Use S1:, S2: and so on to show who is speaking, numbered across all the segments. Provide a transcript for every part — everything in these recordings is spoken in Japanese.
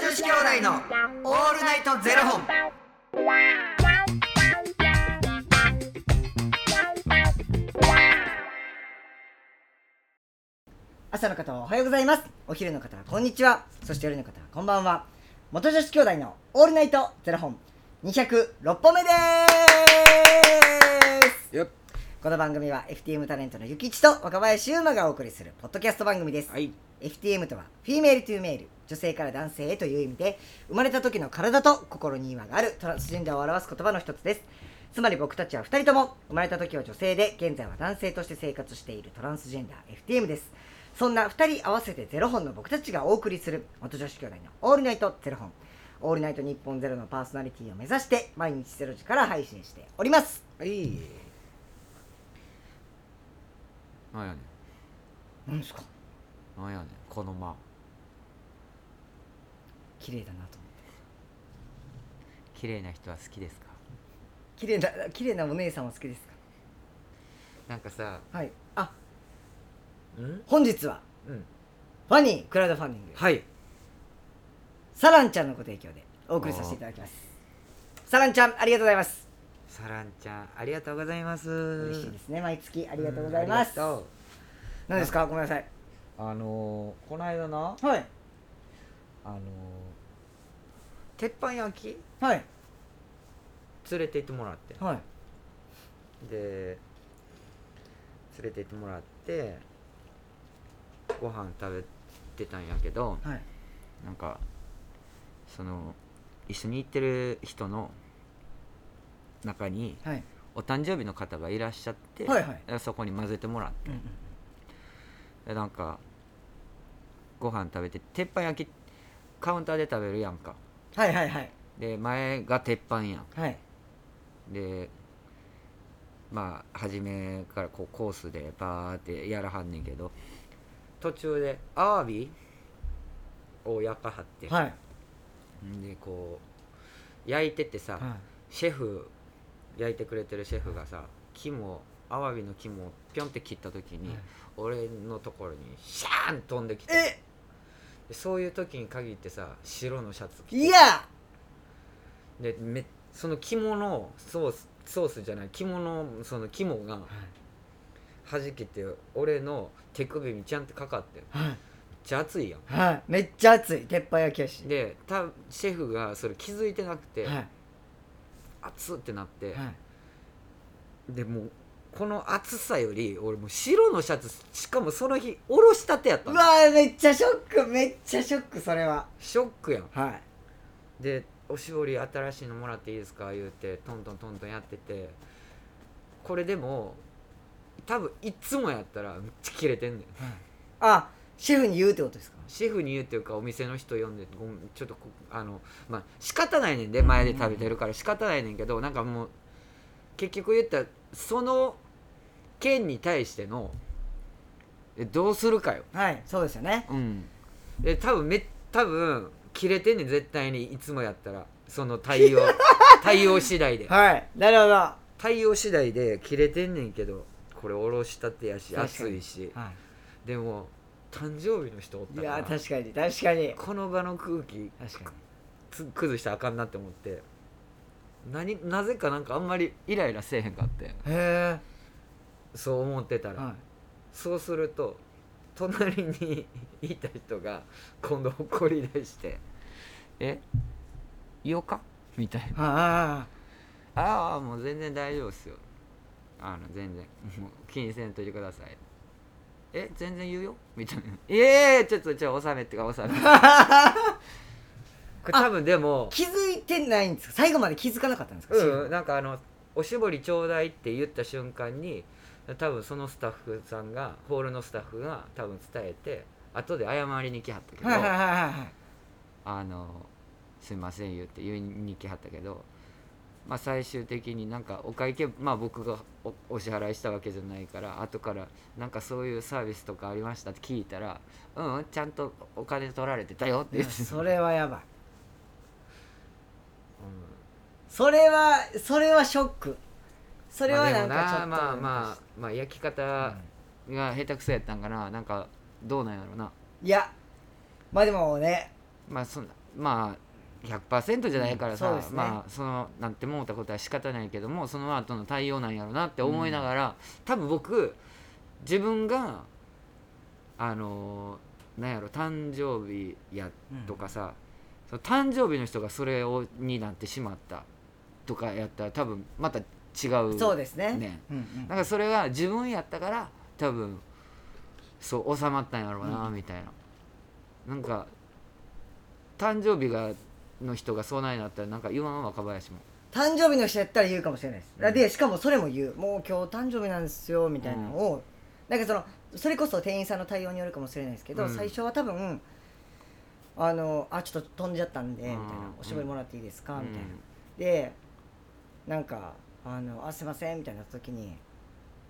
S1: 子兄弟のオールナイトゼロ本。
S2: 朝の方はおはようございますお昼の方はこんにちはそして夜の方はこんばんは元女子兄弟のオールナイトゼロ本206本目です
S3: よっ
S2: この番組は FTM タレントのゆきちと若林優馬がお送りするポッドキャスト番組です、
S3: はい
S2: FTM とはフィメールトゥーメール女性から男性へという意味で生まれた時の体と心に違和があるトランスジェンダーを表す言葉の一つですつまり僕たちは2人とも生まれた時は女性で現在は男性として生活しているトランスジェンダー FTM ですそんな2人合わせてゼロ本の僕たちがお送りする元女子兄弟の「オールナイトゼロ本」「オールナイト日本ゼロのパーソナリティを目指して毎日ゼロ時から配信しております
S3: はいなんやね
S2: 何ですか
S3: んなんやねんこの間
S2: 綺麗だなと思って
S3: 綺麗な人は好きですか
S2: 綺麗な綺麗なお姉さんは好きですか
S3: なんかさ
S2: はいあ
S3: うん
S2: 本日は
S3: うん
S2: ファニークラウドファンディング
S3: はい
S2: サランちゃんのご提供でお送りさせていただきますサランちゃんありがとうございます
S3: サランちゃんありがとうございます
S2: 嬉しいですすね毎月ありがとうございます何ですかごめんなさい
S3: あのー、この間な
S2: はい
S3: あのー、鉄板焼き
S2: はい
S3: 連れて行ってもらって
S2: はい
S3: で連れて行ってもらってご飯食べてたんやけど
S2: はい
S3: なんかその一緒に行ってる人の中に
S2: はい
S3: お誕生日の方がいらっしゃって、
S2: はいはい
S3: でそこに混ぜてもらっ
S2: うんうん
S3: てなんかご飯食べて鉄板焼きカウンターで食べるやんか
S2: はいはいはい
S3: で前が鉄板やん
S2: はい
S3: でまあ初めからこうコースでバーってやらはんねんけど途中でアワビを焼かはって、
S2: はい
S3: でこう焼いててさ、
S2: は
S3: シェフ焼いてくれてるシェフがさ肝をアワビの肝をピョンって切った時に、
S2: はい
S3: 俺のところにシャーン飛んでき
S2: い
S3: て
S2: え
S3: でそういう時に限ってさ白のシャツ着て
S2: いや
S3: でめその肝のソースソースじゃない肝のその肝が弾けて俺の手首にちゃんとかかってめっ
S2: はい
S3: ちゃ熱いやん
S2: はいめっちゃ熱い鉄板焼きやし
S3: でたシェフがそれ気づいてなくて、
S2: は
S3: 熱ってなって、
S2: いはい
S3: でもうこの暑さより俺もう白のシャツしかもその日おろしたてやった
S2: う
S3: の
S2: わーめっちゃショックめっちゃショックそれは
S3: ショックやん
S2: はい
S3: で「おしぼり新しいのもらっていいですか?」言うてトントントントンやっててこれでも多分いつもやったらめっちゃ切れてんねん
S2: あシェフに言うってことですか
S3: シェフに言うっていうかお店の人呼んでごめんちょっとこあのまあ仕方ないねんで前で食べてるから仕方ないねんけどなんかもう結局言ったらその件に対してのえどうするかよ
S2: はいそうですよね
S3: うんで多分め多分切れてんねん絶対にいつもやったらその対応対応次第で
S2: はいなるほどは
S3: 対応次第で切れてんねんけどこれおろしたてやし
S2: 確か
S3: 熱
S2: に
S3: いし
S2: い
S3: でも誕生日の人おった
S2: い
S3: から
S2: やー確かに確かに
S3: この場の空気
S2: 確かに
S3: つ崩したらあかんなって思って何なぜかなんかあんまりイライラせえへんかって
S2: へ
S3: そう思ってた
S2: え
S3: ら、
S2: は
S3: そうすると隣にいた人が今度怒り出して「えよか?」みたい
S2: い あ
S3: な「ああもう全然大丈夫っすよ」あの全然もう気にせんといてくださいえ全然言うよみたいな「いえいえちょっとちょっと収めてか 収めて」これ多分でも
S2: 気づいてないんですか最後まで気づかなかったんですか、
S3: うん、なんかあの「おしぼりちょうだい」って言った瞬間に多分そのスタッフさんがホールのスタッフが多分伝えて後で謝りに来はったけど「
S2: はいはいはいはい
S3: あのすいません」言って言いに来はったけど、まあ、最終的になんかお会計、まあ、僕がおお支払いしたわけじゃないから後からなんかそういうサービスとかありましたって聞いたら「うんうんちゃんとお金取られてたよ」って
S2: い
S3: 言
S2: や
S3: って
S2: それはやばい
S3: うん
S2: それはそれはショックそれは
S3: まあ
S2: な
S3: で
S2: ん
S3: も
S2: かちょっと
S3: まあまあまあ焼き方が下手くそやったんかななんかどうなんやろうない
S2: やまあでもね
S3: まあそんなまあ100%じゃないからさ、
S2: うんそうですね
S3: まあそのなんて思ったことは仕方ないけどもその後の対応なんやろうなって思いながら、多分僕自分があのなんやろ誕生日やとかさ、その誕生日の人がそれをになってしまったとかやったら多分また違う
S2: そうですね
S3: ね
S2: うんうん
S3: なんかそれが自分やったから多分そう収まったんやろうなみたいな、なんか誕生日がの人がそうなんやったらなんか言わん若林も
S2: 誕生日の人やったら言うかもしれないです、
S3: うん
S2: でしかもそれも言うもう今日誕生日なんですよみたいなのを、なんかそのそれこそ店員さんの対応によるかもしれないですけど、
S3: うん
S2: 最初は多分あのあちょっと飛んじゃったんでみたいな
S3: うん
S2: おしぼりもらっていいですか、みたいな
S3: うん
S2: でなんか「あのあすいません」みたいな時に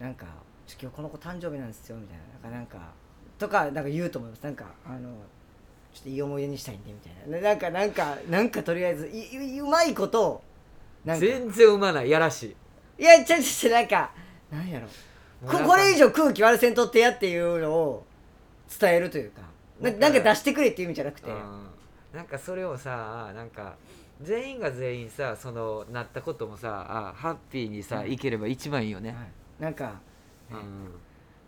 S2: なんか「ちょ今日この子誕生日なんですよ」みたいななんかなんかとかなんか言うと思いますなんかあのちょっといい思い出にしたいんでみたいなななんかなんかなんかとりあえずいいいうまいことをなんかい
S3: 全然うまないやらし
S2: やちょっとなんかなんやろ
S3: い
S2: ここれ以上空気悪せんとってやっていうのを伝えるというかななんか出してくれっていう意味じゃなくて、
S3: うんなんかそれをさなんか全員が全員さそのなったこともさあハッピーにさ、
S2: うん
S3: いければ一番いいよね、
S2: はいなんか
S3: うん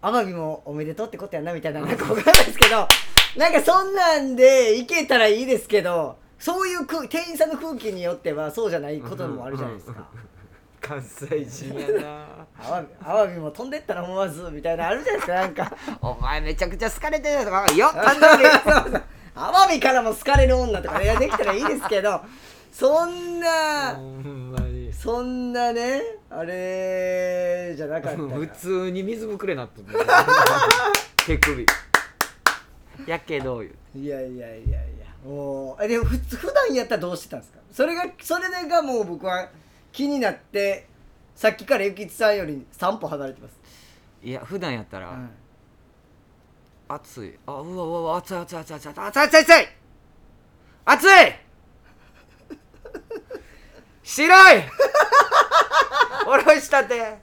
S2: 奄美もおめでとうってことやなみたいななんかわかんないですけどなんかそんなんでいけたらいいですけどそういう空店員さんの空気によってはそうじゃないこともあるじゃないですか
S3: 関西人やな
S2: アワビアワビも飛んでったら思わずみたいなのあるじゃないですかなんか
S3: お前めちゃくちゃ好かれてるとかよっ誕
S2: アワビからも好かれる女とかいやできたらいいですけどそん
S3: 生日
S2: な
S3: ほんまに
S2: そんなねあれじゃなかったら
S3: 普通に水ぶくれなっとった手首やけど言う
S2: いやいやいやいやもうえでもふつ普段やったらどうしてたんですかそれがそれがもう僕は気になってさっきからゆきつさんより3歩離れてます、
S3: いや普段やった
S2: う
S3: ら、
S2: ん、
S3: 暑いあうわうわうわ暑い暑い暑い暑い暑い暑い暑い暑い暑い白いおろしたて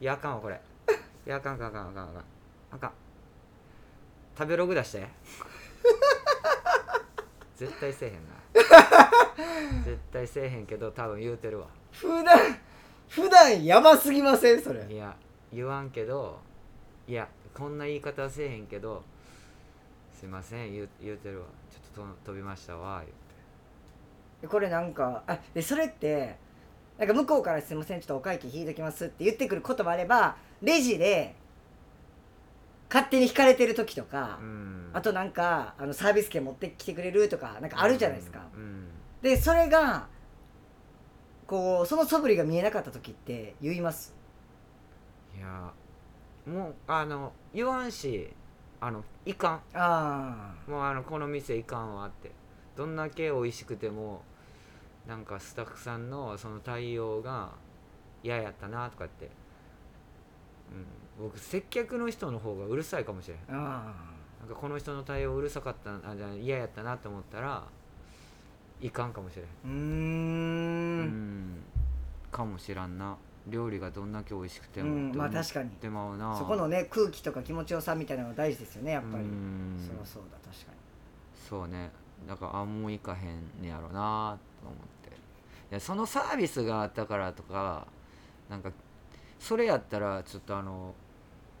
S3: いやあかんわこれいやあかんあかんあかんあかんあかんあかん食べログ出して絶対せえへんな絶対せえへんけど多分言うてるわ
S2: 普段普段やばすぎませんそれ
S3: いや言わんけどいやこんな言い方はせえへんけどすいません言う言うてるわちょっとと飛びましたわ言
S2: これなんかあでそれってなんか向こうから「すいませんちょっとお会計引いときます」って言ってくることもあればレジで勝手に引かれてる時とか、
S3: うてうん
S2: あとなんかあのサービス券持ってきてくれるとかなんかあるじゃないですか、
S3: うんうん
S2: でそれがこうその素振りが見えなかった時って言います
S3: いやもうあの言わんしあのいか
S2: あ
S3: んもうあのこの店いかんわってどんだけ美味しくてもなんかスタッフさんのその対応が嫌やったなとかって、うん、僕接客の人の方がうるさいかもしれん
S2: ーあ
S3: なんかこの人の対応うるさかったなあじゃあ嫌やったなと思ったらいかんかもしれ
S2: ー
S3: ん
S2: うー
S3: うんかもしらんな料理がどんだけ美味しくて
S2: う
S3: も
S2: ん
S3: って
S2: まあ
S3: 思っ
S2: 確かに
S3: てまうな
S2: そこのね空気とか気持ちよさみたいなのが大事ですよねや
S3: や
S2: っぱり
S3: うん
S2: そりゃそうだ確かに
S3: そうねだからあもういかへんねやろなと思っていやそのサービスがあったからとかなんかそれやったらちょっとあの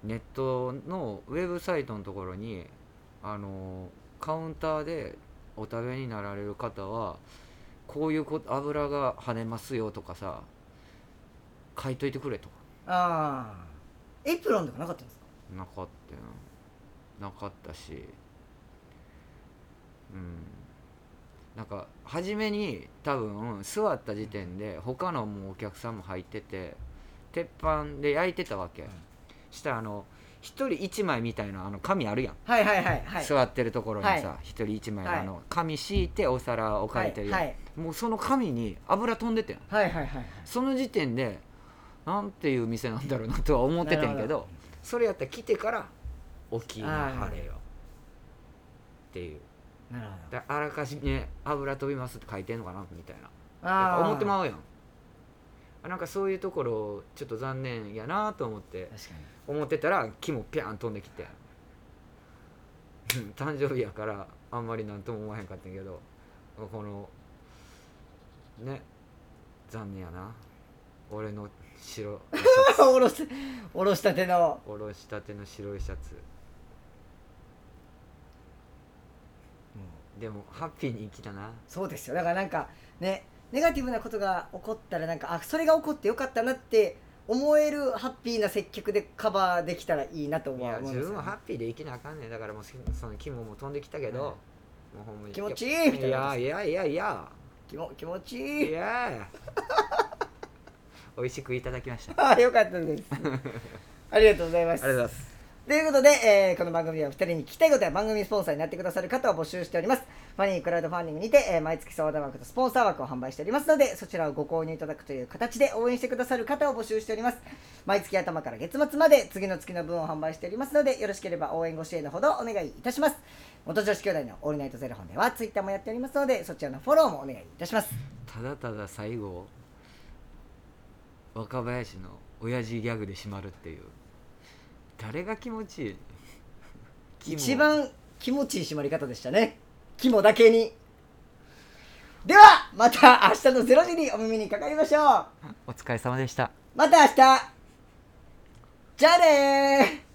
S3: ネットのウェブサイトのところにあのカウンターでお食べになられる方はこういうこ油が跳ねますよとかさ書いといてくれとか
S2: ああエプロンとかなかったんですか
S3: なかったよななかったしうんなんか初めに多分座った時点で他のもうお客さんも入ってて鉄板で焼いてたわけ、
S2: うん
S3: したらあの1人1枚みたいなあの紙あるやん、
S2: はいはいはいはい
S3: 座ってるところに
S2: は
S3: さ、一1人1枚のあの紙敷いてお皿を置かれてるやん、
S2: はい
S3: もうその紙に油飛んでてん
S2: はいはいはいはい
S3: その時点でなんていう店なんだろうなとは思っててん
S2: な
S3: け
S2: るほ
S3: どそれやったら来てから起きなはれよっていう
S2: なるほ
S3: だあらかじめ油飛びますって書いてんのかなみたいな
S2: ど
S3: やっぱ思って
S2: す
S3: まうやんあなんかそういうところちょっと残念やなと思って
S2: 確か
S3: 思ってたら木もピャン飛んできて 誕生日やからあんまりなんとも思わへんかったんやけどこのね残念やな俺の白い シャツ
S2: おろすおろしたての
S3: おろしたての白いシャツでもハッピーに生きたな
S2: そうですよだからなんかねネガティブなことが起こったらなんかあそれが起こってよかったなって思えるハッピーな接客でカバーできたらいいなと
S3: い
S2: 思う
S3: や
S2: 思
S3: 自
S2: うんですよ
S3: 分
S2: ね
S3: はハッピーで生きなあかんねんだからもうそそのキモも飛んできたけど、
S2: は
S3: もうほんまに
S2: 気持ちいいみたいない
S3: やいやいやいや
S2: 気も気持ち
S3: い
S2: い い
S3: や 美味しくいただきましたあ
S2: あーよかったですありがとうございま
S3: り
S2: す
S3: がとうございます
S2: ということで、えーこの番組では2人に聞きたいことや番組スポンサーになってくださる方を募集しておりますファニークラウドファンディングにて、えー毎月相談枠とスポンサー枠を販売しておりますのでそちらをご購入いただくという形で応援してくださる方を募集しております毎月頭から月末まで次の月の分を販売しておりますのでよろしければ応援ご支援のほどお願いいたします元女子兄弟のオールナイトゼロ本ではツイッターもやっておりますのでそちらのフォローもお願いいたします
S3: ただただ最後若林の親父ギャグで締まるっていう誰が気持ちいいキモ
S2: 一番気持ちいい締まり方でしたね肝だけにではまた明日の0時にお耳にかかりましょう
S3: お疲れ様でした
S2: また明日じゃあねー